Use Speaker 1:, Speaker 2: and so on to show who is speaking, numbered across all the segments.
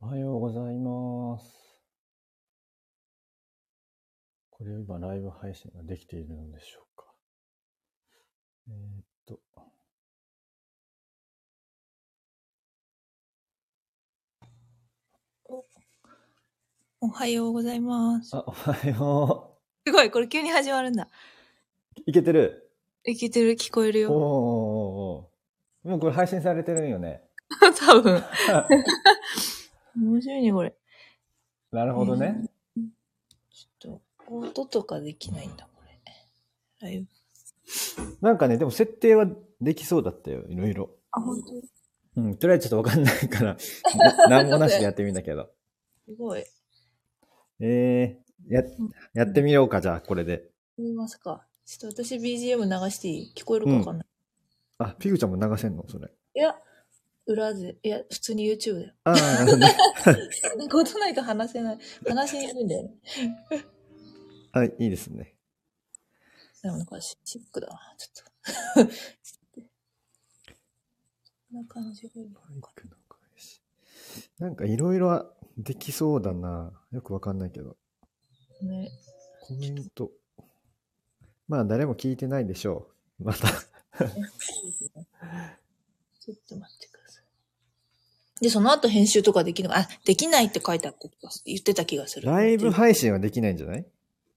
Speaker 1: おはようございます。これを今ライブ配信ができているのでしょうか。えーっと、
Speaker 2: お、おはようございます。
Speaker 1: あ、 おはよ
Speaker 2: すごい、これ急に始まるんだ。
Speaker 1: う。いけてる
Speaker 2: いけてる、聞こえる
Speaker 1: おー
Speaker 2: よ。
Speaker 1: おーおーもうこれ配信されてるんよね。
Speaker 2: 多分。面白いね、これ。
Speaker 1: なるほどね。
Speaker 2: ちょっと、音とかできないんだ、これ。ライブ。
Speaker 1: なんかね、でも設定はできそうだったよ、いろいろ。
Speaker 2: あ、本当
Speaker 1: うん、とりあえずちょっとわかんないから、 ななんもなしでやってみたけど。
Speaker 2: すごい。
Speaker 1: えー、や、やってみようか、じゃあ、これで。
Speaker 2: 見ますか。ちょっと私 BGM 流していい聞こえるかわかんない。
Speaker 1: あ、ピグちゃんも流せんのそれ。
Speaker 2: いや、裏で、いや、普通に YouTube だよ。
Speaker 1: ああ、なるほどね。
Speaker 2: そん なことないか話せない。話しにくいんだよね。
Speaker 1: はい、いいですね。
Speaker 2: でもなんかシシックだな、ちょっと。 こんな感じがいいのか
Speaker 1: バイ
Speaker 2: な
Speaker 1: クの返しなんかいろいろできそうだな。よくわかんないけど。
Speaker 2: ね、
Speaker 1: コメント。まあ誰も聞いてないでしょう。また。
Speaker 2: ちょっと待ってください。で、その後編集とかできるのあ、できないって書いてあったとか言ってた気がする。
Speaker 1: ライブ配信はできないんじゃない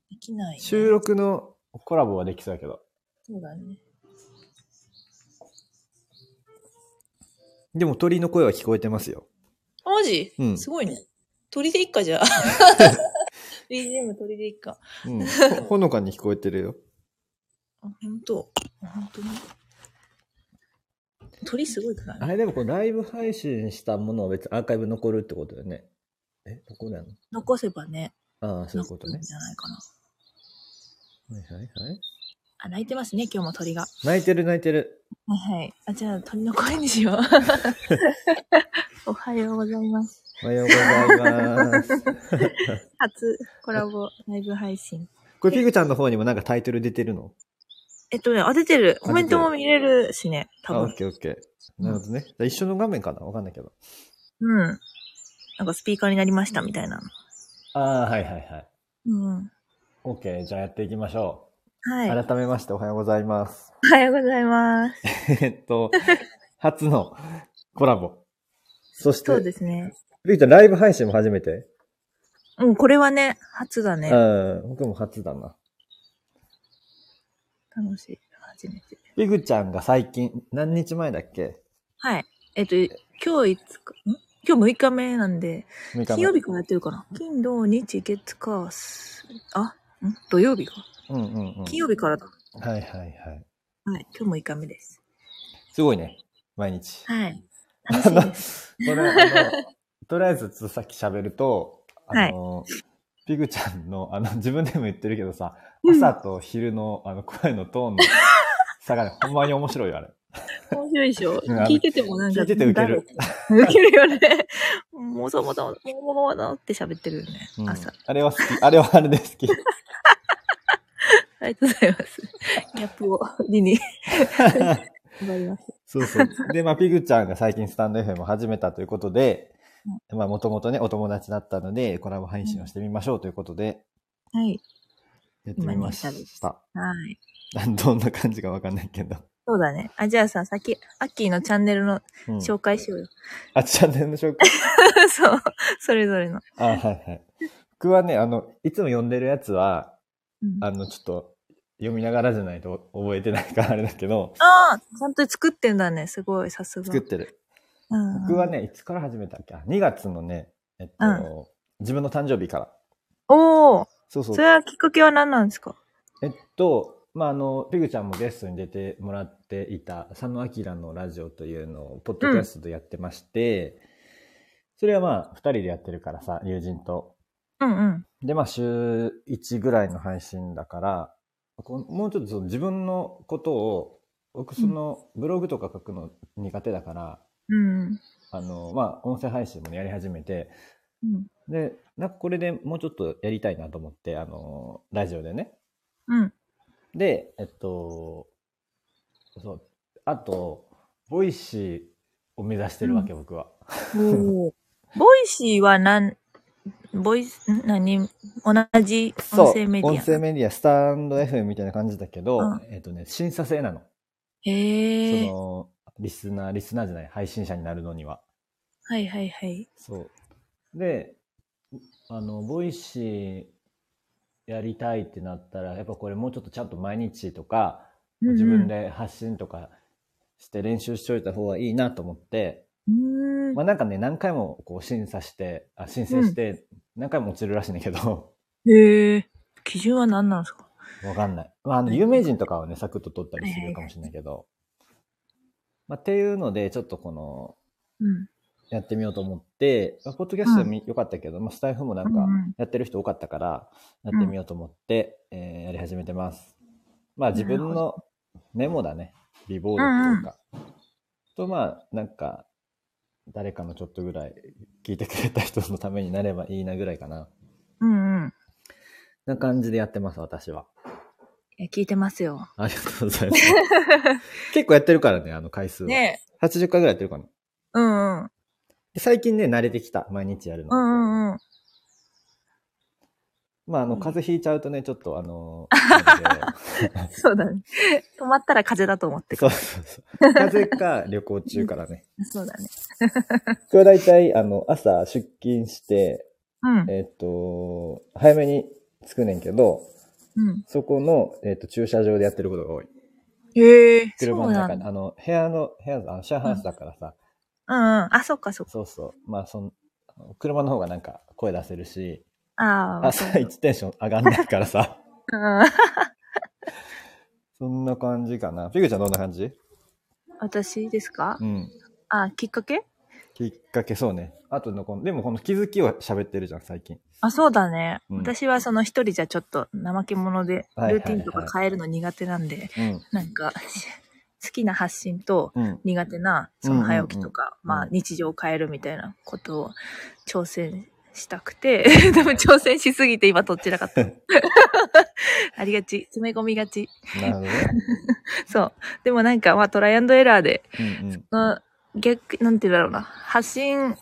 Speaker 2: できない、ね。
Speaker 1: 収録のコラボはできそうだけど。
Speaker 2: そうだね。
Speaker 1: でも鳥の声は聞こえてますよ。
Speaker 2: あ、マジ、
Speaker 1: うん
Speaker 2: すごいね。鳥でいっか、じゃあ。BGM 鳥でいっか。
Speaker 1: うん。ほ ほのかに聞こえてるよ。
Speaker 2: あ、ほんと。あほんとに。鳥すごいからね。
Speaker 1: あれでもこうライブ配信したものは別にアーカイブ残るってことだよね。え、残るの
Speaker 2: 残せばね、
Speaker 1: ああ、そういうこ
Speaker 2: 残
Speaker 1: と
Speaker 2: る
Speaker 1: ね
Speaker 2: ん。じゃないかな。
Speaker 1: はいはいはい。
Speaker 2: あ、泣いてますね、今日も鳥が。
Speaker 1: 泣いてる泣いてる。
Speaker 2: はいはい。あ、じゃあ鳥の声にし よう。おはようございます。
Speaker 1: おはようございます。
Speaker 2: 初コラ ボライブ配信。
Speaker 1: これ、ピグちゃんの方にもなんかタイトル出てるの
Speaker 2: えっとね、あ、出てる。
Speaker 1: あ
Speaker 2: コメントも見れるしね、多
Speaker 1: あ、オッ
Speaker 2: 分。
Speaker 1: ケーオッケー。なるほどね。じゃあ一緒の画面かなわかんないけど。
Speaker 2: うん。なんかスピーカーになりましたみたいな。
Speaker 1: ああ、はいはいはい。
Speaker 2: うん。
Speaker 1: オッケー。じゃあやっていきましょう。
Speaker 2: はい。お
Speaker 1: 改めましておはようございます。
Speaker 2: はようございます。
Speaker 1: えっと、初のコラボ。そして、
Speaker 2: そうですね。
Speaker 1: ピグちゃんライブ配信も初めて、
Speaker 2: うん、これはね、初だね。
Speaker 1: うん、僕も初だな。
Speaker 2: 楽しい。初めて。
Speaker 1: ピグちゃんが最近、何日前だっけ
Speaker 2: はい。えっと、今日いつか、ん今日6日目なんで、
Speaker 1: ?6 日
Speaker 2: 金
Speaker 1: 目。
Speaker 2: 曜日からやってるかな。金、土、日、月、火、すあ、ん土曜日か。
Speaker 1: うんうんうん。
Speaker 2: 金曜日からだ。はい。
Speaker 1: はいはいはい。
Speaker 2: 今日も6日目です。
Speaker 1: すごいね。毎日。
Speaker 2: はい。楽しいです。
Speaker 1: これ、あの、とりあえずちょっとさっき喋ると、あの、ピグちゃんの、あ の、自分でも言ってるけどさ、
Speaker 2: うん
Speaker 1: 朝と昼の、あの、声のトー ンの差がね、ほんまに面白いよ、あれ。
Speaker 2: 面白いでしょ
Speaker 1: うんあの
Speaker 2: 聞いててもなんか。
Speaker 1: 聞いててウケる
Speaker 2: 誰。ウケるよね。もうそもそも、もうもうもうって喋ってるよね。
Speaker 1: うん
Speaker 2: 朝。
Speaker 1: あれは好き。あれはあれで好き。
Speaker 2: ありがとうございます。ギャップを理に頑張ります。
Speaker 1: そうそう。で、まあ、ピグちゃんが最近スタンド FM を始めたということで、まあ、もともとね、お友達だったので、コラボ配信をしてみましょうということで、
Speaker 2: はい。
Speaker 1: やってみました。
Speaker 2: はい。
Speaker 1: どんな感じかわかんないけど。
Speaker 2: そうだね。あ、じゃあさ、先、アッキーのチャンネルの
Speaker 1: うん、
Speaker 2: 紹介しようよ。
Speaker 1: あ、チャンネルの紹介。
Speaker 2: そう。それぞれの。
Speaker 1: あ、はいはい。僕はね、あの、いつも読んでるやつは、
Speaker 2: うん
Speaker 1: あの、ちょっと、読みながらじゃないと覚えてないからあれだけど、
Speaker 2: ああちゃんと作ってんだね。すごい、さすが。
Speaker 1: 作ってる。
Speaker 2: うん
Speaker 1: 僕は。ね、いつから始めたっけあ ?2 月のね、えっと、
Speaker 2: うん
Speaker 1: 自分の誕生日から。
Speaker 2: おお
Speaker 1: そうそ
Speaker 2: そうれ。はきっかけは何なんですか
Speaker 1: えっと、まあ、あの、ペグちゃんもゲストに出てもらっていた、佐野明のラジオというのを、ポッドキャストでやってまして、それはまあ、2人でやってるからさ、友人と。
Speaker 2: うんうん。
Speaker 1: で、まあ、週1ぐらいの配信だから、こうもうちょっとその自分のことを、僕そのブログとか書くの苦手だから、
Speaker 2: うん。
Speaker 1: あの、まあ、音声配信もねやり始めて、
Speaker 2: うん。
Speaker 1: で、なんかこれでもうちょっとやりたいなと思って、あの、ラジオでね。
Speaker 2: うん。
Speaker 1: で、えっと、そう、あと、ボイシーを目指してるわけ、僕は。
Speaker 2: おおボイシーはなん、ボイス、ん何、同じ
Speaker 1: そう
Speaker 2: 音声メディア。
Speaker 1: 音声メディア、スタンド FM みたいな感じだけど、
Speaker 2: うん
Speaker 1: えっとね、審査制なの。
Speaker 2: へ
Speaker 1: そ。
Speaker 2: え
Speaker 1: の、リスナー、リスナーじゃない、配信者になるのには。
Speaker 2: はいはいはい。
Speaker 1: そう。で、あの、ボイシーやりたいってなったら、やっぱこれもうちょっとちゃんと毎日とか、自分で発信とかして練習しといた方がいいなと思って、
Speaker 2: うんうん。
Speaker 1: まあなんかね、何回もこう審査して、あ、申請して、何回も落ちるらしいんだけど、
Speaker 2: へえ。基準は何なんですか
Speaker 1: わかんない。まあ、あの、有名人とかはね、サクッと取ったりするかもしれないけど。まあ、っていうので、ちょっとこの、
Speaker 2: うん。
Speaker 1: やってみようと思って、まあ、ポッドキャストも良かったけど、まあ、スタイフもなん
Speaker 2: う
Speaker 1: か
Speaker 2: んうん、
Speaker 1: やってる人多かったから、やってみようと思って、えーやり始めてます。まあ、自分
Speaker 2: なる
Speaker 1: のメモだね。リボードというか。と、まあ、なんか、誰かのちょっとぐらい聞いてくれた人のためになればいいなぐらいかな。
Speaker 2: うんうん。
Speaker 1: な感じでやってます、私は。
Speaker 2: いや、聞いてますよ。
Speaker 1: ありがとうござい ます。結構やってるからね、あの回数は。
Speaker 2: ねえ。
Speaker 1: 80回ぐらいやってるかな。
Speaker 2: うんうん。
Speaker 1: で最近ね、慣れてきた。毎日やる
Speaker 2: う
Speaker 1: の。
Speaker 2: んうんうん。
Speaker 1: まあ、あの、風邪ひいちゃうとね、ちょっとあ の、あれで
Speaker 2: そうだね。 止まったら風邪だと思ってく
Speaker 1: そう
Speaker 2: る。
Speaker 1: そうそう。風邪か旅行中から ね。
Speaker 2: そうだね。
Speaker 1: 今日だいたい、あの、朝出勤して、
Speaker 2: うん。
Speaker 1: えっ、と、早めに着くねんけど、
Speaker 2: うん。
Speaker 1: そこの、えっ、と、駐車場でやってることが多い。
Speaker 2: へえ。そ
Speaker 1: 車の
Speaker 2: うな
Speaker 1: 中
Speaker 2: ん
Speaker 1: で、
Speaker 2: だ。
Speaker 1: あの、部屋の、部屋の、あの、シェアハウスだからさ、
Speaker 2: うんうん。あ、そっかそっか。
Speaker 1: そうそう。まあ、その、車の方がなんか声出せるし、
Speaker 2: ああ。
Speaker 1: 朝一テンション上がんないからさ。
Speaker 2: うん
Speaker 1: そんな感じかな。ピグちゃんどんな感じ
Speaker 2: 私ですか
Speaker 1: うん。
Speaker 2: あ、きっかけ
Speaker 1: きっかけそうね。あとのこの、でもこの気づきは喋ってるじゃん、最近。
Speaker 2: あ、そうだね。
Speaker 1: うん
Speaker 2: 私はその一人じゃちょっと怠け者で、
Speaker 1: はいはいはい
Speaker 2: ルーティンとか変えるの苦手なんで、
Speaker 1: うん。
Speaker 2: なんか、 好きな発信と
Speaker 1: うん。
Speaker 2: 苦手な、そ
Speaker 1: うんう
Speaker 2: の
Speaker 1: んうん
Speaker 2: 早起きとか、
Speaker 1: うん
Speaker 2: まあ日常を変えるみたいなことを挑戦したくて、 多分挑戦しすぎて今とっちらか った。ありがち。詰め込みがち。
Speaker 1: なるほどね。
Speaker 2: そう。でもなんか、まあトライアンドエラーで、
Speaker 1: うんうん。
Speaker 2: まあ逆、なんて言うんだろうな。発信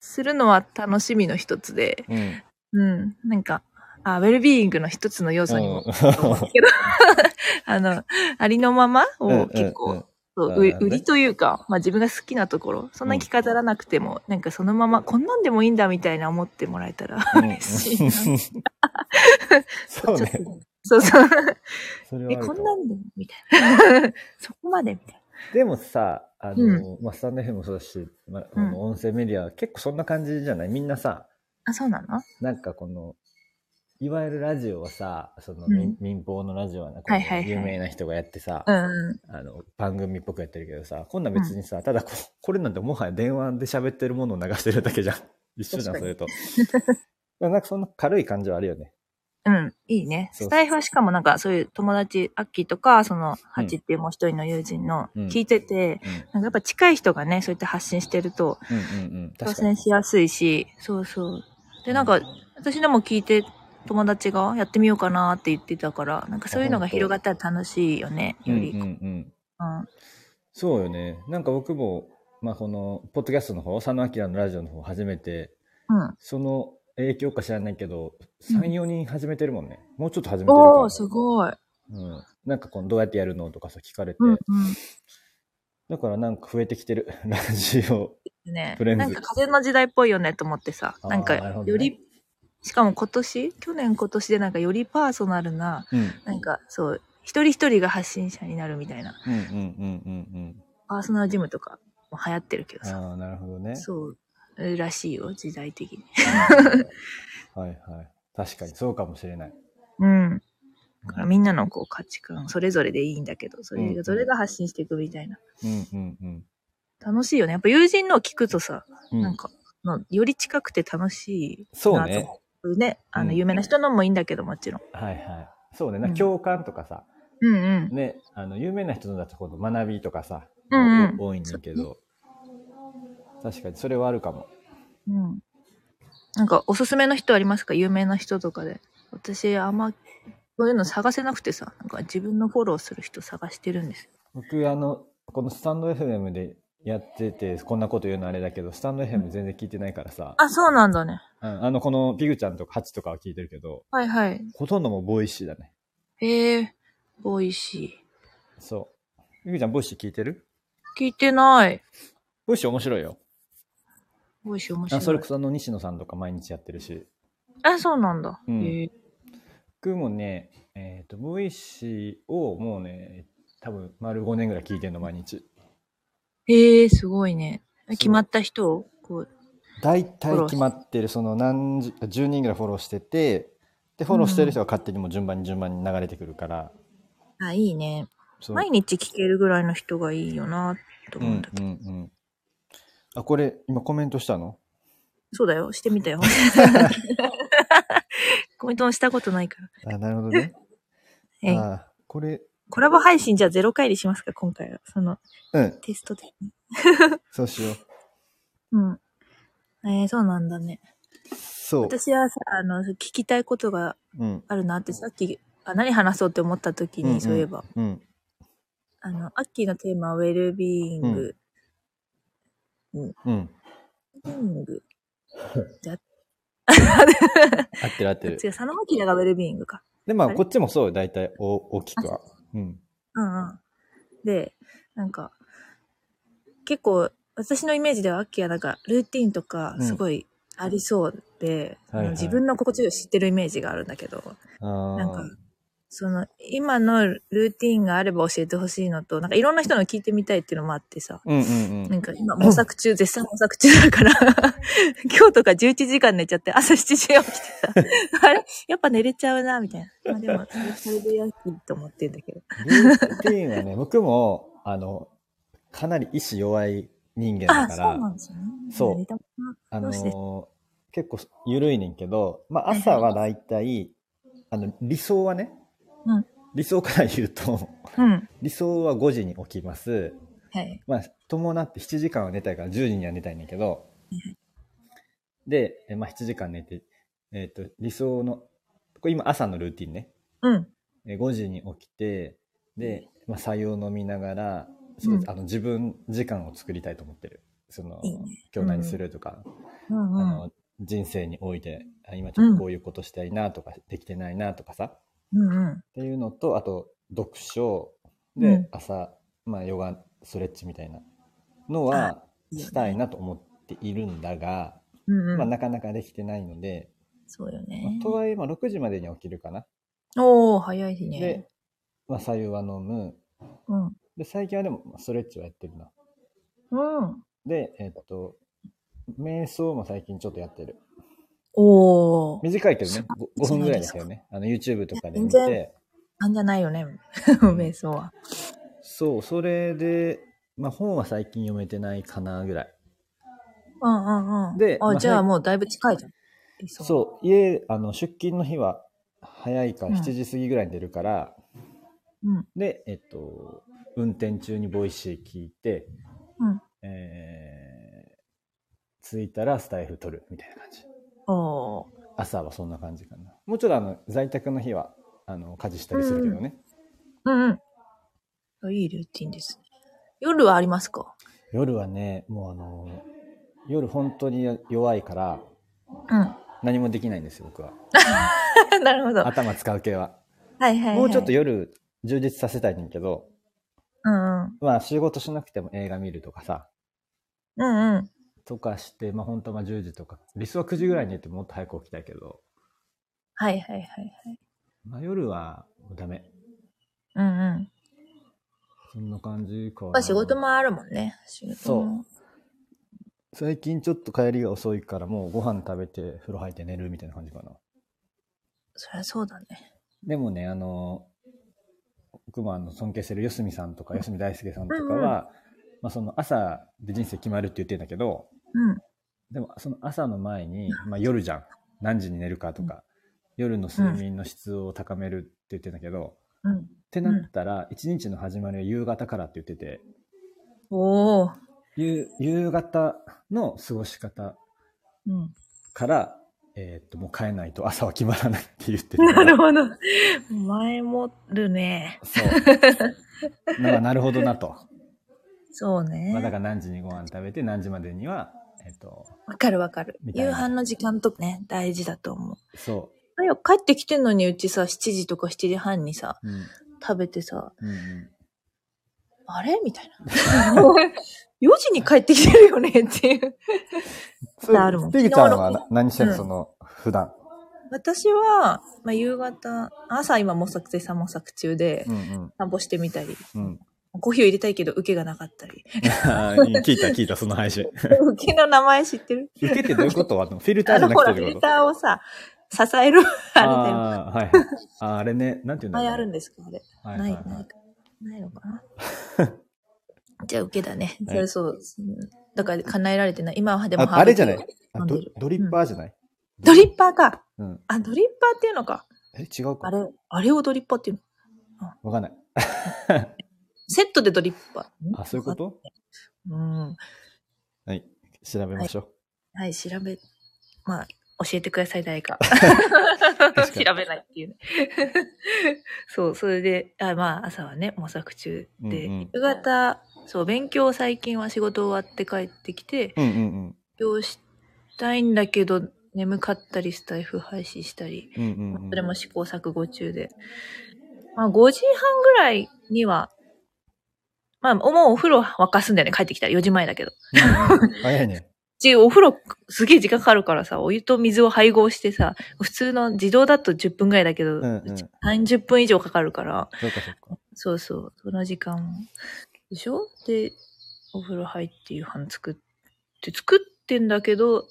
Speaker 2: するのは楽しみの一つで、
Speaker 1: うん。
Speaker 2: うん、なんか、あウェルビーイングの一つの要素にも、
Speaker 1: う
Speaker 2: けど、あの、ありのまま
Speaker 1: んうん
Speaker 2: を結構、
Speaker 1: うん
Speaker 2: そう
Speaker 1: そう
Speaker 2: う
Speaker 1: だね
Speaker 2: 売りというか、まあ自分が好きなところ、そんなに着飾らなくても、なんかそのまま、こんなんでもいいんだみたいな思ってもらえたら
Speaker 1: うんうん
Speaker 2: 嬉しいな。ちょ
Speaker 1: そう
Speaker 2: っと
Speaker 1: ね。
Speaker 2: そうそう。
Speaker 1: それはあ
Speaker 2: え、
Speaker 1: ると
Speaker 2: こん
Speaker 1: 思
Speaker 2: な
Speaker 1: うん
Speaker 2: でもみたいな。 そこまでみたい
Speaker 1: でもさ、あの、まあ、スタンド FM もそうだし、まあ、こ
Speaker 2: うん
Speaker 1: の音声メディア、結構そんな感じじゃないみんなさ、
Speaker 2: な。あ、そうなの
Speaker 1: なんかこの、いわゆるラジオはさ、その
Speaker 2: うん
Speaker 1: 民,、民放のラジオはな、こ
Speaker 2: はいはいは
Speaker 1: の
Speaker 2: い
Speaker 1: 有名な人がやってさ、
Speaker 2: うんうん。
Speaker 1: あの、番組っぽくやってるけどさ、こんなん別にさ、ただこ、これなんてもはや電話で喋ってるものを流してるだ けじゃん。一緒じゃん、
Speaker 2: 確
Speaker 1: そ
Speaker 2: か
Speaker 1: れと。なんかそんな軽い感じはあるよね。
Speaker 2: うん、いいね。
Speaker 1: そうそう
Speaker 2: スタイフはしかもなんかそういう友達、アッキーとか、その、ハチっていうもう一人の友人の、
Speaker 1: うん
Speaker 2: 聞いてて、
Speaker 1: う
Speaker 2: なんかやっぱ近い人がね、そうやって発信してると、
Speaker 1: ん。うんうんうん。確
Speaker 2: 挑
Speaker 1: か
Speaker 2: 戦
Speaker 1: に。
Speaker 2: しやすいし、そうそう。で、なんか、私のも聞いて、友達がやってみようかなって言ってたから、なんかそういうのが広がったら楽しいよね、
Speaker 1: う
Speaker 2: よ
Speaker 1: んう
Speaker 2: り。うんん
Speaker 1: うん。そうよね。なんか僕も、まあこの、ポッドキャストの方、佐野明のラジオの方初めて、
Speaker 2: うん。
Speaker 1: その影響か知らないけど、
Speaker 2: うん
Speaker 1: 3、4人始めてるもんね。もうちょっと始めてるから。
Speaker 2: おー、すごい。
Speaker 1: うん。なんかこの、どうやってやるのとかさ、聞かれて。
Speaker 2: うん
Speaker 1: だからなんか増えてきてる。ラジオ。
Speaker 2: うん。ね、
Speaker 1: フレンズ
Speaker 2: なんか風の時代っぽいよねと思ってさ、
Speaker 1: あー
Speaker 2: なんか
Speaker 1: なるほどね
Speaker 2: より、しかも今年、去年今年でなんかよりパーソナルな、
Speaker 1: うん。
Speaker 2: なんかそう、一人一人が発信者になるみたいな、
Speaker 1: うんうんうんうん
Speaker 2: パーソナルジムとかも流行ってるけど
Speaker 1: うん。
Speaker 2: さ、
Speaker 1: ああ、なるほどね。
Speaker 2: そう、えーらしいよ、時代的に。
Speaker 1: はいはい。確かにそうかもしれない。
Speaker 2: うん。だからみんなのこう価値観、それぞれでいいんだけど、それ
Speaker 1: うん
Speaker 2: が、それが発信していくみたいな。
Speaker 1: うんうんうん。
Speaker 2: 楽しいよね。やっぱ友人のを聞くとさ、
Speaker 1: うん、
Speaker 2: なんか、のより近くて楽しいなと
Speaker 1: そう
Speaker 2: 思
Speaker 1: ね。
Speaker 2: うね。あの、
Speaker 1: うん
Speaker 2: 有名な人のもいいんだけど、もちろん。
Speaker 1: はいはい。そうね。な
Speaker 2: うん
Speaker 1: 共感とかさ、
Speaker 2: うんうん。
Speaker 1: ね、あの、有名な人のだとこの学びとかさ、
Speaker 2: うんうん
Speaker 1: お多いんだけど、確かにそれはあるかも。
Speaker 2: うん。なんか、おすすめの人ありますか有名な人とかで。私、あんま、そういうの探せなくてさ、なんか自分のフォローする人探してるんですよ。
Speaker 1: 僕、あの、このスタンド FM でやってて、こんなこと言うのあれだけど、スタンド FM 全然聞いてないからさ、
Speaker 2: あ、そうなんだね。
Speaker 1: うんあの、このピグちゃんとかハチとかは聞いてるけど、
Speaker 2: はいはい。
Speaker 1: ほとんどもうボイシーだね。
Speaker 2: へえ、ボイシ
Speaker 1: そう。ピグちゃん、ボイシー聞いてる
Speaker 2: ー。聞いてない。
Speaker 1: ボイシー面白いよ。
Speaker 2: ボイシー面白い。
Speaker 1: あそれこそあの、西野さんとか毎日やってるし。
Speaker 2: あ、そうなんだ。
Speaker 1: うん
Speaker 2: へえ。
Speaker 1: 僕もね、えっ、と、ボイシーをもうね、多分丸5年ぐらい聞いてんの、毎日。
Speaker 2: へえ、すごいね。
Speaker 1: そう
Speaker 2: 決まった人を、こう。
Speaker 1: 大体決まってる、その何十、10人ぐらいフォローしてて、で、フォローしてる人が勝手にもう順番に順番に流れてくるから、
Speaker 2: あ、いいね。
Speaker 1: そう
Speaker 2: 毎日聞けるぐらいの人がいいよな、と
Speaker 1: う
Speaker 2: 思うん
Speaker 1: ん
Speaker 2: だけど。
Speaker 1: うんうん。あ、これ、今コメントしたの
Speaker 2: そうだよ。してみたよ。 コメントもしたことないから。
Speaker 1: あ、なるほど ね。
Speaker 2: えい
Speaker 1: あ、これ、
Speaker 2: コラボ配信じゃあゼロ回でしますか、今回は。その、
Speaker 1: うん、
Speaker 2: テストで。
Speaker 1: そうしよう。
Speaker 2: うん。えー、そうなんだね。
Speaker 1: そう。
Speaker 2: 私はさ、あの、聞きたいことが
Speaker 1: うん。
Speaker 2: あるなって、さっき、あ何話そうって思った時に、
Speaker 1: うんうん
Speaker 2: そういえば、
Speaker 1: うん。
Speaker 2: あの、アッキーのテーマはウェルビーイング、
Speaker 1: うん。
Speaker 2: ウェルビーイング。
Speaker 1: 合ってる合って
Speaker 2: 違う、
Speaker 1: る。
Speaker 2: 佐野アキラがウェルビーイングか。
Speaker 1: で、まあ、
Speaker 2: あれ
Speaker 1: こっちもそうよ、大体、お、大きくは。うん。
Speaker 2: うんうん。で、なんか、結構、私のイメージではアッキーはなんか、ルーティンとか、
Speaker 1: うん
Speaker 2: すごいありそうで、
Speaker 1: はいはい
Speaker 2: あの自分の心地よいを知ってるイメージがあるんだけど、
Speaker 1: あ
Speaker 2: なんか
Speaker 1: ー、
Speaker 2: その、今のルーティンがあれば教えてほしいのと、なんかいろんな人の聞いてみたいっていうのもあってさ、
Speaker 1: うんうんう
Speaker 2: なん
Speaker 1: ん。
Speaker 2: か今模索中、絶賛模索中だから、 今日とか11時間寝ちゃって朝7時起きてさ、 あれやっぱ寝れちゃうな、みたいな。まあでも、それでやきと思ってんだけど。
Speaker 1: ルーティンはね、 僕も、あの、かなり意志弱い人間だ
Speaker 2: あ、
Speaker 1: か
Speaker 2: そう
Speaker 1: ら、
Speaker 2: なんですよね。
Speaker 1: そう
Speaker 2: 寝たまま
Speaker 1: あ
Speaker 2: どうして
Speaker 1: の、結構緩いねんけど、まあ、朝は大体、あの、理想はね、
Speaker 2: うん
Speaker 1: 理想から言うと、
Speaker 2: うん。
Speaker 1: 理想は5時に起きます。
Speaker 2: はい。
Speaker 1: まあ、伴って7時間は寝たいから10時には寝たいんだけど、で、えまあ、7時間寝て、えっ、と、理想の、これ今朝のルーティンね、
Speaker 2: うん。
Speaker 1: え5時に起きて、で、まあ、採用飲みながら、そう
Speaker 2: うん
Speaker 1: あの自分時間を作りたいと思ってる。その、
Speaker 2: いいね
Speaker 1: 今日何するとか、
Speaker 2: うん
Speaker 1: あ
Speaker 2: うん。
Speaker 1: の人生において、あ今ちょっとこういうことしたいなとか、できてないなとかさ、
Speaker 2: うんうん。
Speaker 1: っていうのと、あと、読書で、
Speaker 2: うん
Speaker 1: 朝、まあ、ヨガ、ストレッチみたいなのは
Speaker 2: あ
Speaker 1: したいなと思っているんだが、
Speaker 2: うんうん。
Speaker 1: まあ、なかなかできてないので、
Speaker 2: そうよ
Speaker 1: ま
Speaker 2: ね
Speaker 1: あ。とはいえ、まあ、6時までに起きるかな。
Speaker 2: おお早いしね
Speaker 1: で。、まあ、左右は飲む。
Speaker 2: うん。
Speaker 1: で、最近はでも、まあストレッチはやってるな。
Speaker 2: うん。
Speaker 1: で、えっと、瞑想も最近ちょっとやってる。
Speaker 2: おお
Speaker 1: 短いけどね、ご5
Speaker 2: そ
Speaker 1: 分
Speaker 2: うなん
Speaker 1: ぐらい
Speaker 2: で
Speaker 1: ですす
Speaker 2: か
Speaker 1: よね。あの、YouTube とかで
Speaker 2: いや
Speaker 1: 見
Speaker 2: 全然
Speaker 1: て。
Speaker 2: あんじゃないよね。 瞑想は。
Speaker 1: そう、それで、まあ、本は最近読めてないかなぐらい。
Speaker 2: うんうんうん。
Speaker 1: でま
Speaker 2: あ、
Speaker 1: あ
Speaker 2: じゃあ
Speaker 1: はい
Speaker 2: もうだいぶ近いじゃん。理想
Speaker 1: そう、家、あの、出勤の日は早いから
Speaker 2: うん
Speaker 1: 7時過ぎぐらいに出るから、
Speaker 2: うん。
Speaker 1: で、えっと、運転中にボイシー聞いて、
Speaker 2: うん。
Speaker 1: えー、着いたらスタイフ取るみたいな感じ。
Speaker 2: おー
Speaker 1: 朝はそんな感じかな。もうちょっとあの、在宅の日は、あの、家事したりするけどね。
Speaker 2: うんうん。いいルーティンですね。夜はありますか
Speaker 1: 夜はね、もうあの、夜本当に弱いから、
Speaker 2: う
Speaker 1: 何もできないんですよ、僕は。
Speaker 2: ん。 なるほど。はい
Speaker 1: 頭使う系は。
Speaker 2: はいはい。
Speaker 1: もうちょっと。夜、充実させたいねんけど、
Speaker 2: うんうん。
Speaker 1: まあ、仕事しなくても映画見るとかさ、
Speaker 2: うんうん。
Speaker 1: とかして、まあ本当はまあ10時とか、理想は9時ぐらいに寝てもっと早く起きたいけど、
Speaker 2: はいはいはいはい。
Speaker 1: まあ夜はもうダメ。
Speaker 2: うんうん。
Speaker 1: そんな感じかな。
Speaker 2: まあ仕事もあるもんね。仕事も。
Speaker 1: 最近ちょっと帰りが遅いからもうご飯食べて風呂入って寝るみたいな感じかな。
Speaker 2: そりゃそうだね。
Speaker 1: でもね、あの、僕もあの尊敬してる四隅さんとか、四隅大輔さんとかは、
Speaker 2: うんうん
Speaker 1: まあその朝で人生決まるって言ってんだけど、
Speaker 2: うん。
Speaker 1: でもその朝の前に、まあ夜じゃん。何時に寝るかとか、夜の睡眠の質を高めるって言ってんだけど、
Speaker 2: うん。
Speaker 1: ってなったら、一日の始まりは夕方からって言ってて、
Speaker 2: おお。
Speaker 1: 夕夕方の過ごし方
Speaker 2: うん。
Speaker 1: から、えーっと、もう変えないと朝は決まらないって言ってて。
Speaker 2: なるほど。前もるね。
Speaker 1: そう。なんかなるほどなと。
Speaker 2: そうね。
Speaker 1: まあ、だ
Speaker 2: わ、
Speaker 1: から何時にご飯食べて何時までには、えっと、
Speaker 2: かるわかる。
Speaker 1: みたい
Speaker 2: 夕
Speaker 1: な
Speaker 2: 飯の時間とかね、大事だと思う。
Speaker 1: そ
Speaker 2: 早く帰ってきてんのに、うちさ、7時とか7時半にさ、
Speaker 1: う。うん。
Speaker 2: 食べてさ、
Speaker 1: うんうん。
Speaker 2: あれみたい な。4時に帰ってきてるよねっていう。
Speaker 1: そう
Speaker 2: あるもん
Speaker 1: ピグちゃんはな何してる
Speaker 2: うん
Speaker 1: その、普段。
Speaker 2: 私は、まあ、夕方、朝今模索で散策中で
Speaker 1: う、ん
Speaker 2: 散歩してみたり、
Speaker 1: うん。うん。
Speaker 2: コーヒーを入れたいけど、受けがなかったり。
Speaker 1: あー 聞いた聞いた、その配信。
Speaker 2: 受けの名前知ってる
Speaker 1: 受けてどういうことはフィルター
Speaker 2: あ
Speaker 1: じゃ
Speaker 2: の、
Speaker 1: な
Speaker 2: ほ
Speaker 1: く
Speaker 2: ら、
Speaker 1: てって
Speaker 2: フィル
Speaker 1: こ
Speaker 2: タ
Speaker 1: と
Speaker 2: ーをさ、支える、あれだよ。
Speaker 1: あーはいはいあーあれね、なんていうんだ
Speaker 2: あ
Speaker 1: ろう
Speaker 2: れ
Speaker 1: ね。
Speaker 2: あるんですかあれ。
Speaker 1: はいは
Speaker 2: ないい、
Speaker 1: は
Speaker 2: ないいか。ないのかなじゃあ、受けだね。
Speaker 1: は
Speaker 2: そ
Speaker 1: い
Speaker 2: れそう。うんだから、叶えられてない。今はでも
Speaker 1: ああれじゃない
Speaker 2: ハーブテ
Speaker 1: あドドリッパーじゃない
Speaker 2: ィードリッパーか。
Speaker 1: うん。
Speaker 2: あ、ドリッパーっていうのか。
Speaker 1: え、違う
Speaker 2: あ
Speaker 1: か
Speaker 2: れ、あれをドリッパーっていうの。
Speaker 1: わかんない。
Speaker 2: セットでドリッパー。
Speaker 1: あ、そういうこと
Speaker 2: うん。
Speaker 1: はい。調べましょう。
Speaker 2: はい、調べ、まあ、教えてください、誰か。
Speaker 1: かに
Speaker 2: 調べないっていうね。そう、それで、あまあ、朝はね、模索中で、
Speaker 1: うんうん
Speaker 2: 夕方、そう、勉強最近は仕事終わって帰ってきて、
Speaker 1: うんうん
Speaker 2: 勉強したいんだけど、眠かったり、スタイフ廃止したり、
Speaker 1: うん。うんうんうん。
Speaker 2: それも試行錯誤中で。まあ、5時半ぐらいには、まあ、もうお風呂沸かすんだよね、帰ってきたら4時前だけど。
Speaker 1: うんうん早いね。
Speaker 2: ちお風呂すげえ時間かかるからさ、お湯と水を配合してさ、普通の自動だと10分ぐらいだけど、
Speaker 1: んうん
Speaker 2: ち30分以上かかるから、
Speaker 1: そうかそうか。
Speaker 2: そうそう、その時間でしょで、お風呂入って夕飯作って、作ってんだけど、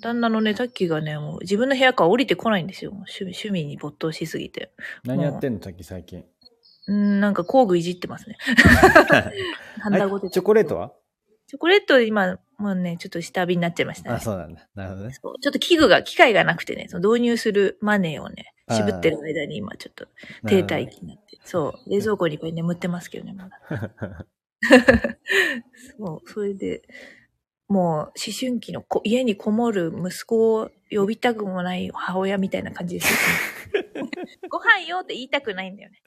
Speaker 2: 旦那のね、タッキーがね、もう自分の部屋から降りてこないんですよ。もう趣味趣味に没頭しすぎて。
Speaker 1: 何やってんのさっき最 近。
Speaker 2: うん、なんか工具いじってますね。ハンダゴ
Speaker 1: あ
Speaker 2: テ
Speaker 1: チョコレートは
Speaker 2: チョコレート今、もうね、ちょっと下火になっちゃいましたね。
Speaker 1: あ、そうなんだ。なるほどね。
Speaker 2: そうちょっと器具が、機械がなくてね、その導入するマネーをね、
Speaker 1: あー
Speaker 2: 渋ってる間に今ちょっと停滞 期になって、そう、冷蔵庫にこれ眠ってますけどね、まだ。
Speaker 1: なるほどね。
Speaker 2: そう、それで、もう思春期の子家にこもる息子を呼びたくもない母親みたいな感じですよねご飯よって言いたくないんだよね。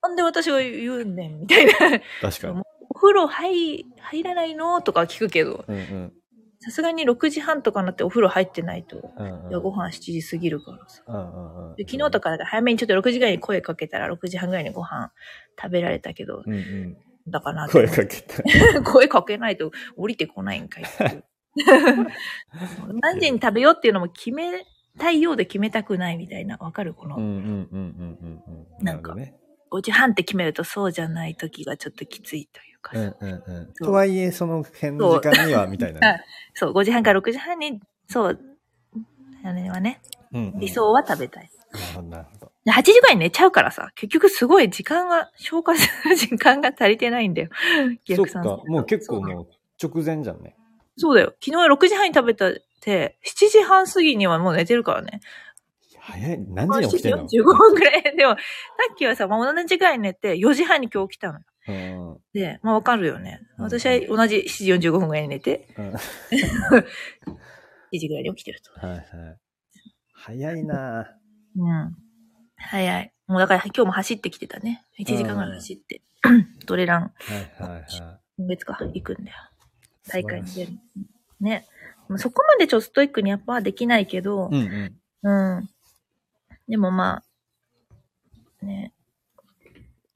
Speaker 2: なんで私が言うんねんみたいな。
Speaker 1: 確かに。
Speaker 2: お風呂入入らないのとか聞くけど、
Speaker 1: うんうん
Speaker 2: さすがに6時半とかになってお風呂入ってないと、
Speaker 1: うんうん。
Speaker 2: いやご飯7時過ぎるからさ。
Speaker 1: うんうんうん。
Speaker 2: で昨日とかだから早めにちょっと6時ぐらいに声かけたら6時半ぐらいにご飯食べられたけど、
Speaker 1: うんうん。
Speaker 2: だからなと
Speaker 1: 声
Speaker 2: 思って
Speaker 1: か けた。
Speaker 2: 声かけないと降りてこないんかいって いう。何時に食べようっていうのも決めたいようで決めたくないみたいな、わかるこ
Speaker 1: うんう
Speaker 2: の、
Speaker 1: んうんうんうんうん。
Speaker 2: なんか
Speaker 1: るほどね。
Speaker 2: 5時半って決めるとそうじゃない時がちょっときついというか
Speaker 1: う
Speaker 2: さ、
Speaker 1: んうんうん。
Speaker 2: そう
Speaker 1: とはいえ、その辺の時間には、みたいなね。
Speaker 2: そう、5時半から6時半に、そう、あれはね、
Speaker 1: うんうん
Speaker 2: 理。想は食べたい。
Speaker 1: なるほど、なるほど。
Speaker 2: で8時ぐらいに寝ちゃうからさ、結局すごい時間が、消化する時間が足りてないん だよ。
Speaker 1: そっ
Speaker 2: 逆
Speaker 1: か
Speaker 2: 算すると、
Speaker 1: もう結構もう直前じゃんね。
Speaker 2: そうだよ。昨日6時半に食べたって、7時半過ぎにはもう寝てるからね。
Speaker 1: 早い。何時に起きてんの
Speaker 2: 7時45分くらい。でも、さっきはさ、まあ、同じぐらいに寝て、4時半に今日起きたの。
Speaker 1: うんうん。
Speaker 2: で、まあわかるよね。
Speaker 1: うん
Speaker 2: 私は同じ7時45分ぐらいに寝て、
Speaker 1: うん
Speaker 2: 7時ぐらいに起きてると。
Speaker 1: はいはい。早いなぁ。
Speaker 2: うん。早い。もうだから今日も走ってきてたね。1時間ぐらい走って。トレラン、
Speaker 1: はいはい はい。
Speaker 2: 今月か、行くんだよ。大会に
Speaker 1: 素晴
Speaker 2: 出
Speaker 1: らし
Speaker 2: る
Speaker 1: い。
Speaker 2: ね。まあそこまでちょっとストイックにやっぱできないけど、
Speaker 1: うんうん。
Speaker 2: うん。でもまあ、ね。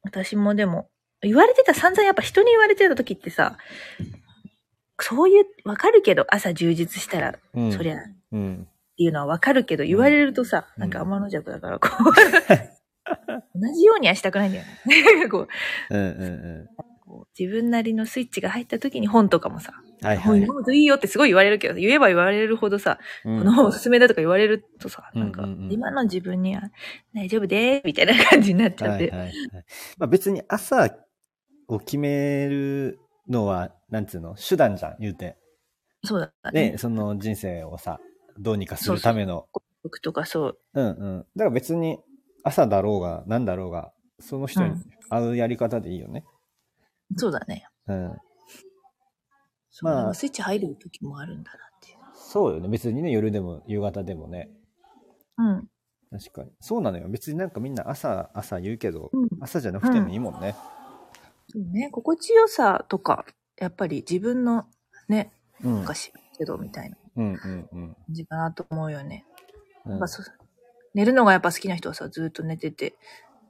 Speaker 2: 私もでも、言われてた、散々やっぱ人に言われてた時ってさ、そういう、わかるけど、朝充実したら、
Speaker 1: うん、
Speaker 2: そりゃ、っ
Speaker 1: うん。
Speaker 2: ていうのはわかるけど、言われるとさ、
Speaker 1: うん
Speaker 2: なんか天の弱だから、こ う、同じようにはしたくないんだよね。 こう
Speaker 1: うんうん
Speaker 2: こう自分なりのスイッチが入った時に本とかもさ、
Speaker 1: うん。はいは
Speaker 2: 本
Speaker 1: い。
Speaker 2: 読むといいよってすごい言われるけど、言えば言われるほどさ、
Speaker 1: うん
Speaker 2: この本おすすめだとか言われるとさ、
Speaker 1: うん
Speaker 2: なんか
Speaker 1: うんうん、
Speaker 2: 今の自分には大丈夫でーすみたいな感じになっちゃっ
Speaker 1: はい
Speaker 2: て。
Speaker 1: はいはい。まあ別に朝を決めるのは、なんつうの手段じゃん、言うて。
Speaker 2: そうだね
Speaker 1: ね、。その人生をさ、どうにかするための。
Speaker 2: 僕とかそう。
Speaker 1: うんうん。だから別に朝だろうが、なんだろうが、その人に合うやり方でいいよね。
Speaker 2: そうだね。
Speaker 1: うん。
Speaker 2: そう
Speaker 1: まあ
Speaker 2: スイッチ入る時もあるんだなっていう。
Speaker 1: そうよね。別にね、夜でも夕方でもね。
Speaker 2: うん。
Speaker 1: 確かに。そうなのよ。別になんかみんな朝、朝言うけど、
Speaker 2: うん
Speaker 1: 朝じゃなくてもいいもんね。
Speaker 2: そうね、心地よさとか、やっぱり自分のね、
Speaker 1: うん
Speaker 2: なんか知るけどみたいな感
Speaker 1: うんうんうん
Speaker 2: じかなと思うよね。
Speaker 1: う
Speaker 2: やっ
Speaker 1: ん
Speaker 2: ぱそ寝るのがやっぱ好きな人はさ、ずっと寝てて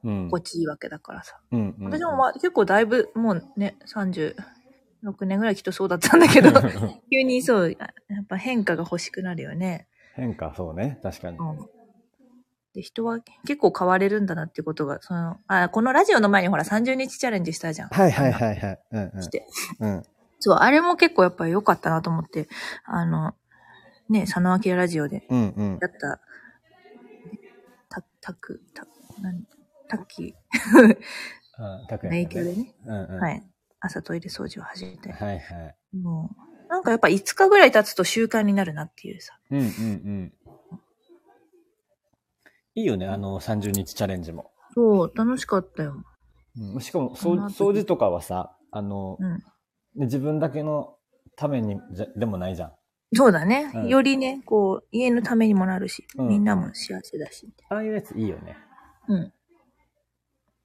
Speaker 1: うん
Speaker 2: 心地いいわけだからさ。
Speaker 1: うんうん
Speaker 2: 私もまあ結構だいぶもうね、36年ぐらいきっとそうだったんだけど、 急にそう、やっぱ変化が欲しくなるよね。
Speaker 1: 変化、そうね。確かに。
Speaker 2: うん。で、人は結構変われるんだなってことが、その、あ、このラジオの前にほら30日チャレンジしたじゃん。
Speaker 1: はいはいはいはい。うんうん。
Speaker 2: して
Speaker 1: うん。
Speaker 2: そう、あれも結構やっぱり良かったなと思って、あの、ね、佐野明ラジオで
Speaker 1: うんうん。
Speaker 2: やった、た、たく、た、なんたっき
Speaker 1: あ拓
Speaker 2: の
Speaker 1: 也さ
Speaker 2: 影響
Speaker 1: ん
Speaker 2: で
Speaker 1: ね。
Speaker 2: ね、
Speaker 1: うんうん。
Speaker 2: はい。朝トイレ掃除を始めて。
Speaker 1: はいはい。
Speaker 2: もう、なんかやっぱ5日ぐらい経つと習慣になるなっていうさ。
Speaker 1: うんうんうん。いいよね、あの30日チャレンジも。
Speaker 2: そう、楽しかったよ。
Speaker 1: うん、しかも、
Speaker 2: そ
Speaker 1: 掃
Speaker 2: んな
Speaker 1: 掃除とかはさ、あの、
Speaker 2: うん。
Speaker 1: 自分だけのためにじゃでもないじゃん。
Speaker 2: そうだね。
Speaker 1: うん
Speaker 2: よりね、こう、家のためにもなるし、
Speaker 1: うん
Speaker 2: みんなも幸せだし。
Speaker 1: ああいうやついいよね。
Speaker 2: うん。あ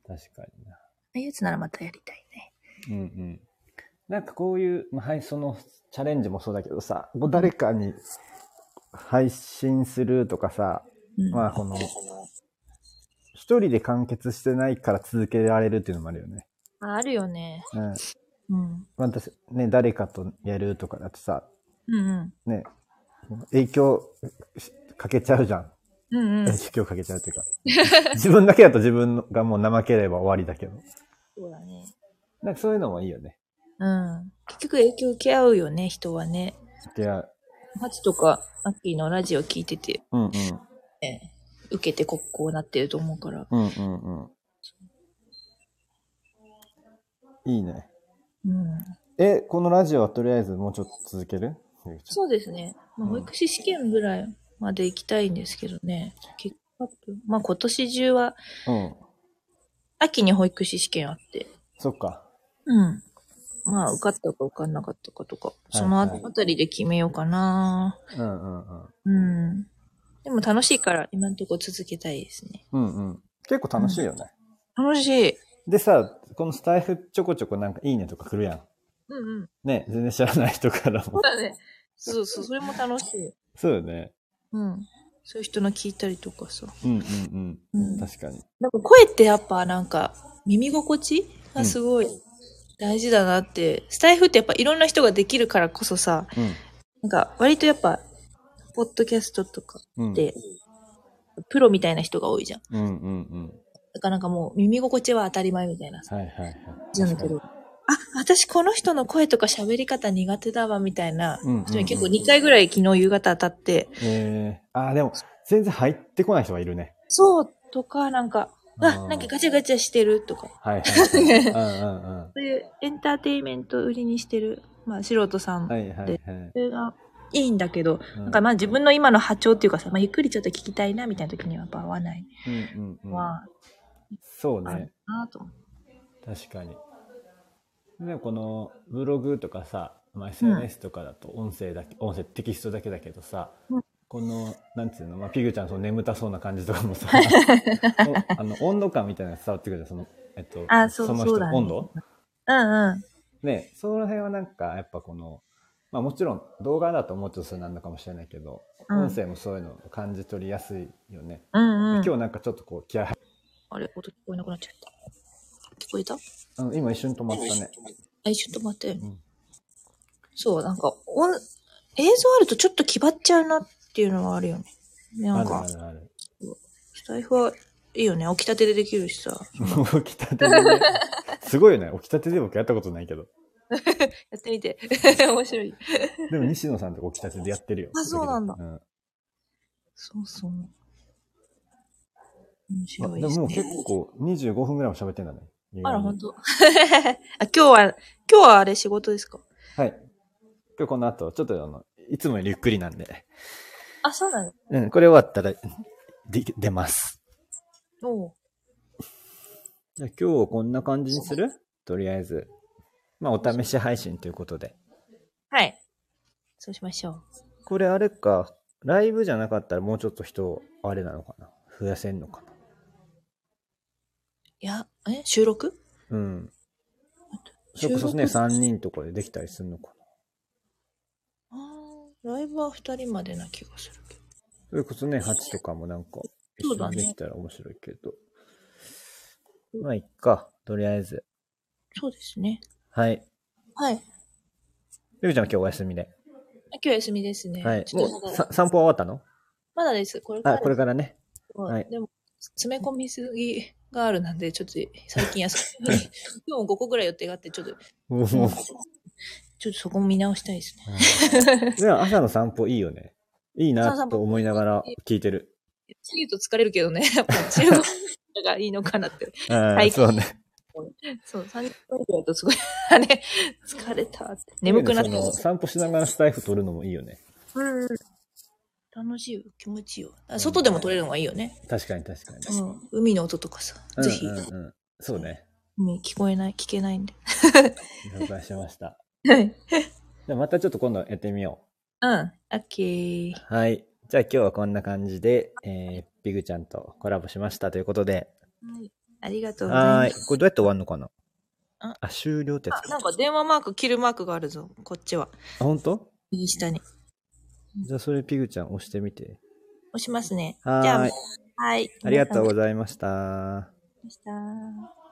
Speaker 1: 確かにな。
Speaker 2: あいうやつならまたやりたいね。
Speaker 1: うんうん。なんかこういう、まあ、はい、そのチャレンジもそうだけどさ、こう誰かに配信するとかさ、
Speaker 2: うん。
Speaker 1: まあこの、一人で完結してないから続けられるっていうのもあるよね。
Speaker 2: あ、あるよね。
Speaker 1: うん。
Speaker 2: うん。
Speaker 1: またね、誰かとやるとかだってさ、
Speaker 2: うんうん。
Speaker 1: ね、影響しかけちゃうじゃん。
Speaker 2: うんうん。
Speaker 1: 影響かけちゃうっていうか。 自分だけだと自分がもう怠ければ終わりだけど。
Speaker 2: そうだね。
Speaker 1: なんかそういうのもいいよね。
Speaker 2: うん。結局影響受け合うよね、人はね。
Speaker 1: いや、
Speaker 2: ハチとか、アッキーのラジオ聞いてて、
Speaker 1: うんうん。
Speaker 2: ね、受けてここうなってると思うから。
Speaker 1: うんうんうん。いいね。
Speaker 2: うん。
Speaker 1: え、このラジオはとりあえずもうちょっと続けるゆうきち
Speaker 2: そうですね。まあ、
Speaker 1: うん
Speaker 2: 保育士試験ぐらいまで行きたいんですけどね。結果発表まあ今年中は、
Speaker 1: ゃんうん。
Speaker 2: 秋に保育士試験あって。
Speaker 1: そっか。
Speaker 2: うん。まあ受かったか受かんなかったかとか、そのあ
Speaker 1: はい
Speaker 2: たりで決めようかな。
Speaker 1: うんうんうん。
Speaker 2: うん。でも楽しいから今のところ続けたいですね。
Speaker 1: うんうん。結構楽しいよね。
Speaker 2: 楽しい。
Speaker 1: でさ、このスタイフちょこちょこなんかいいねとか来るやん。
Speaker 2: うんうん。
Speaker 1: ね、全然知らない人から
Speaker 2: そ
Speaker 1: も
Speaker 2: う。だね。そうそう、それも楽しい。
Speaker 1: そうよね。
Speaker 2: うん。そういう人の聞いたりとかさ。
Speaker 1: うんうんうん。
Speaker 2: うん
Speaker 1: 確かに。
Speaker 2: なんか声ってやっぱなんか耳心地がすごい大事だなって、スタイフってやっぱいろんな人ができるからこそさ、なんか割とやっぱ、ポッドキャストとか
Speaker 1: うん。うん
Speaker 2: っ。て、プロみたいな人が多いじゃん。
Speaker 1: うんうんうん。
Speaker 2: だからなんかもう耳心地は当たり前みたいなさ、
Speaker 1: はいはいはい。
Speaker 2: じゃんだけど、あ、私この人の声とか喋り方苦手だわみたいな、
Speaker 1: うんうんうん
Speaker 2: 人に結構2回ぐらい昨日夕方当たって、
Speaker 1: えー、あーでも、全然入ってこない人はいるね。
Speaker 2: そうとかなんか、
Speaker 1: う
Speaker 2: あ、
Speaker 1: ん
Speaker 2: なんかガチャガチャしてるとか、
Speaker 1: はいは いはい。うんうんうん。
Speaker 2: そういうエンターテインメントを売りにしてる、まあ素人さん
Speaker 1: はいはいはい。
Speaker 2: それがいいんだけど、
Speaker 1: な
Speaker 2: なんかまあ自分の今の波長っていうかさ、まあ、ゆっくりちょっと聞きたいなみたいな時にはやっぱ合わない
Speaker 1: うんうんうん
Speaker 2: のは
Speaker 1: そう
Speaker 2: ある
Speaker 1: ね。
Speaker 2: なと思って。
Speaker 1: 確かに。でもこのブログとかさ、まあ、SNS とかだと音声だけ、音声テキストだけだけどさ、
Speaker 2: うん
Speaker 1: このなんていうの、まあ、ピグちゃんその眠たそうな感じとかも さおあの温度感みたいなのが伝わってくるじゃんその、えっと、
Speaker 2: あそう
Speaker 1: の
Speaker 2: そ
Speaker 1: 人
Speaker 2: うだ
Speaker 1: の
Speaker 2: ね
Speaker 1: 温度
Speaker 2: うんうん。
Speaker 1: ねその辺はなんかやっぱこの、まあ、もちろん動画だともうちょっとそれなんのかもしれないけど、
Speaker 2: うん
Speaker 1: 音声もそういうの感じ取りやすいよね、
Speaker 2: うんうん。
Speaker 1: 今日なんかちょっとこう気合入
Speaker 2: あれ、音聞こえなくなっちゃった。聞こえた
Speaker 1: あの今一瞬止まったね
Speaker 2: あ、一瞬止まったよね。
Speaker 1: うん
Speaker 2: そう、なんか、おん映像あるとちょっと気張っちゃうなっていうのはあるよね。ね
Speaker 1: あ
Speaker 2: なん
Speaker 1: るあ
Speaker 2: か、
Speaker 1: るある
Speaker 2: スタイフはいいよね。起きたてでできるし さ。
Speaker 1: 起きたてで ねすごいよね起きたてで僕やったことないけど
Speaker 2: やってみて。 面白い。
Speaker 1: でも西野さんとか起きたてでやってるよ
Speaker 2: あそうなんだ
Speaker 1: うん
Speaker 2: そうそう。面
Speaker 1: まあ
Speaker 2: 白
Speaker 1: で
Speaker 2: いで
Speaker 1: も
Speaker 2: す
Speaker 1: もう
Speaker 2: ね
Speaker 1: 結。構25分ぐらいも喋ってんだね
Speaker 2: あら、
Speaker 1: 意外
Speaker 2: 本
Speaker 1: に
Speaker 2: 当。 あ、今日は、今日はあれ仕事ですか
Speaker 1: はい今日この後ちょっとあのいつもよりゆっくりなんで、
Speaker 2: あ、そうなの
Speaker 1: うん、これ終わったらで出ます
Speaker 2: おう
Speaker 1: じゃあ今日こんな感じにするとりあえず。まあお試し配信ということで。
Speaker 2: はい。そうしましょう。
Speaker 1: これあれか、ライブじゃなかったらもうちょっと人、あれなのかな増やせんのか
Speaker 2: いや、え収録
Speaker 1: なうん。
Speaker 2: え
Speaker 1: それこそね、3人とかでできたりするのかな。
Speaker 2: あーライブは2人までな気がするけど。
Speaker 1: それこそね、8とかもなんか、一
Speaker 2: そう
Speaker 1: 緒
Speaker 2: だ
Speaker 1: に
Speaker 2: ね
Speaker 1: できたら面白いけど。まあ、いっか。とりあえず。
Speaker 2: そうですね。
Speaker 1: はい。
Speaker 2: はい。
Speaker 1: ゆうちゃんは今日お休みで。
Speaker 2: 今日休みですね。
Speaker 1: はい。
Speaker 2: ちょ
Speaker 1: も
Speaker 2: っと
Speaker 1: う、
Speaker 2: まだ
Speaker 1: さ散歩は終わったの
Speaker 2: まだです。これから
Speaker 1: あ、これから ね。はい
Speaker 2: でも、詰め込みすぎがあるなんで、ちょっと最近休 み。今日も5個ぐらい予定があって、ちょっと、
Speaker 1: もう
Speaker 2: ちょっとそこも見直したいですね。
Speaker 1: でも朝の散歩いいよね。いいなと思いながら聞いてる。
Speaker 2: 過ぎると疲れるけどね、やっぱ15分がいいのかなって。
Speaker 1: は
Speaker 2: はい
Speaker 1: そうね。
Speaker 2: そう、30分ぐらいだとすごい、あれ、疲れたって。眠くなって
Speaker 1: その散歩しながらスタイフ撮るのもいいよね。
Speaker 2: うん。楽しいよ、気持ちいいよ。あ外でも撮れるのがいいよね。
Speaker 1: 確かに確かに。
Speaker 2: うん。海の音とかさ、
Speaker 1: うん
Speaker 2: ぜひ、
Speaker 1: うんうんそうね。
Speaker 2: 海聞こえない、聞けないんで。
Speaker 1: 了解しました。
Speaker 2: はい。
Speaker 1: じゃあまたちょっと今度やってみよ
Speaker 2: うん。オッケー。
Speaker 1: う。はい。じゃあ今日はこんな感じで、えー、ピグちゃんとコラボしましたということで。
Speaker 2: はい。ありがとうござい
Speaker 1: は
Speaker 2: ま
Speaker 1: ーい
Speaker 2: す。。
Speaker 1: これどうやって終わるのかな
Speaker 2: あ
Speaker 1: あ、終了ってやつ
Speaker 2: あなんか電話マーク、切るマークがあるぞ、こっちは。
Speaker 1: あ、ほんと
Speaker 2: 右下に。
Speaker 1: じゃあそれピグちゃん押してみて。
Speaker 2: 押しますね。
Speaker 1: はーい
Speaker 2: じゃあ、はい。
Speaker 1: ありがとう
Speaker 2: ござい
Speaker 1: ございました。
Speaker 2: ました。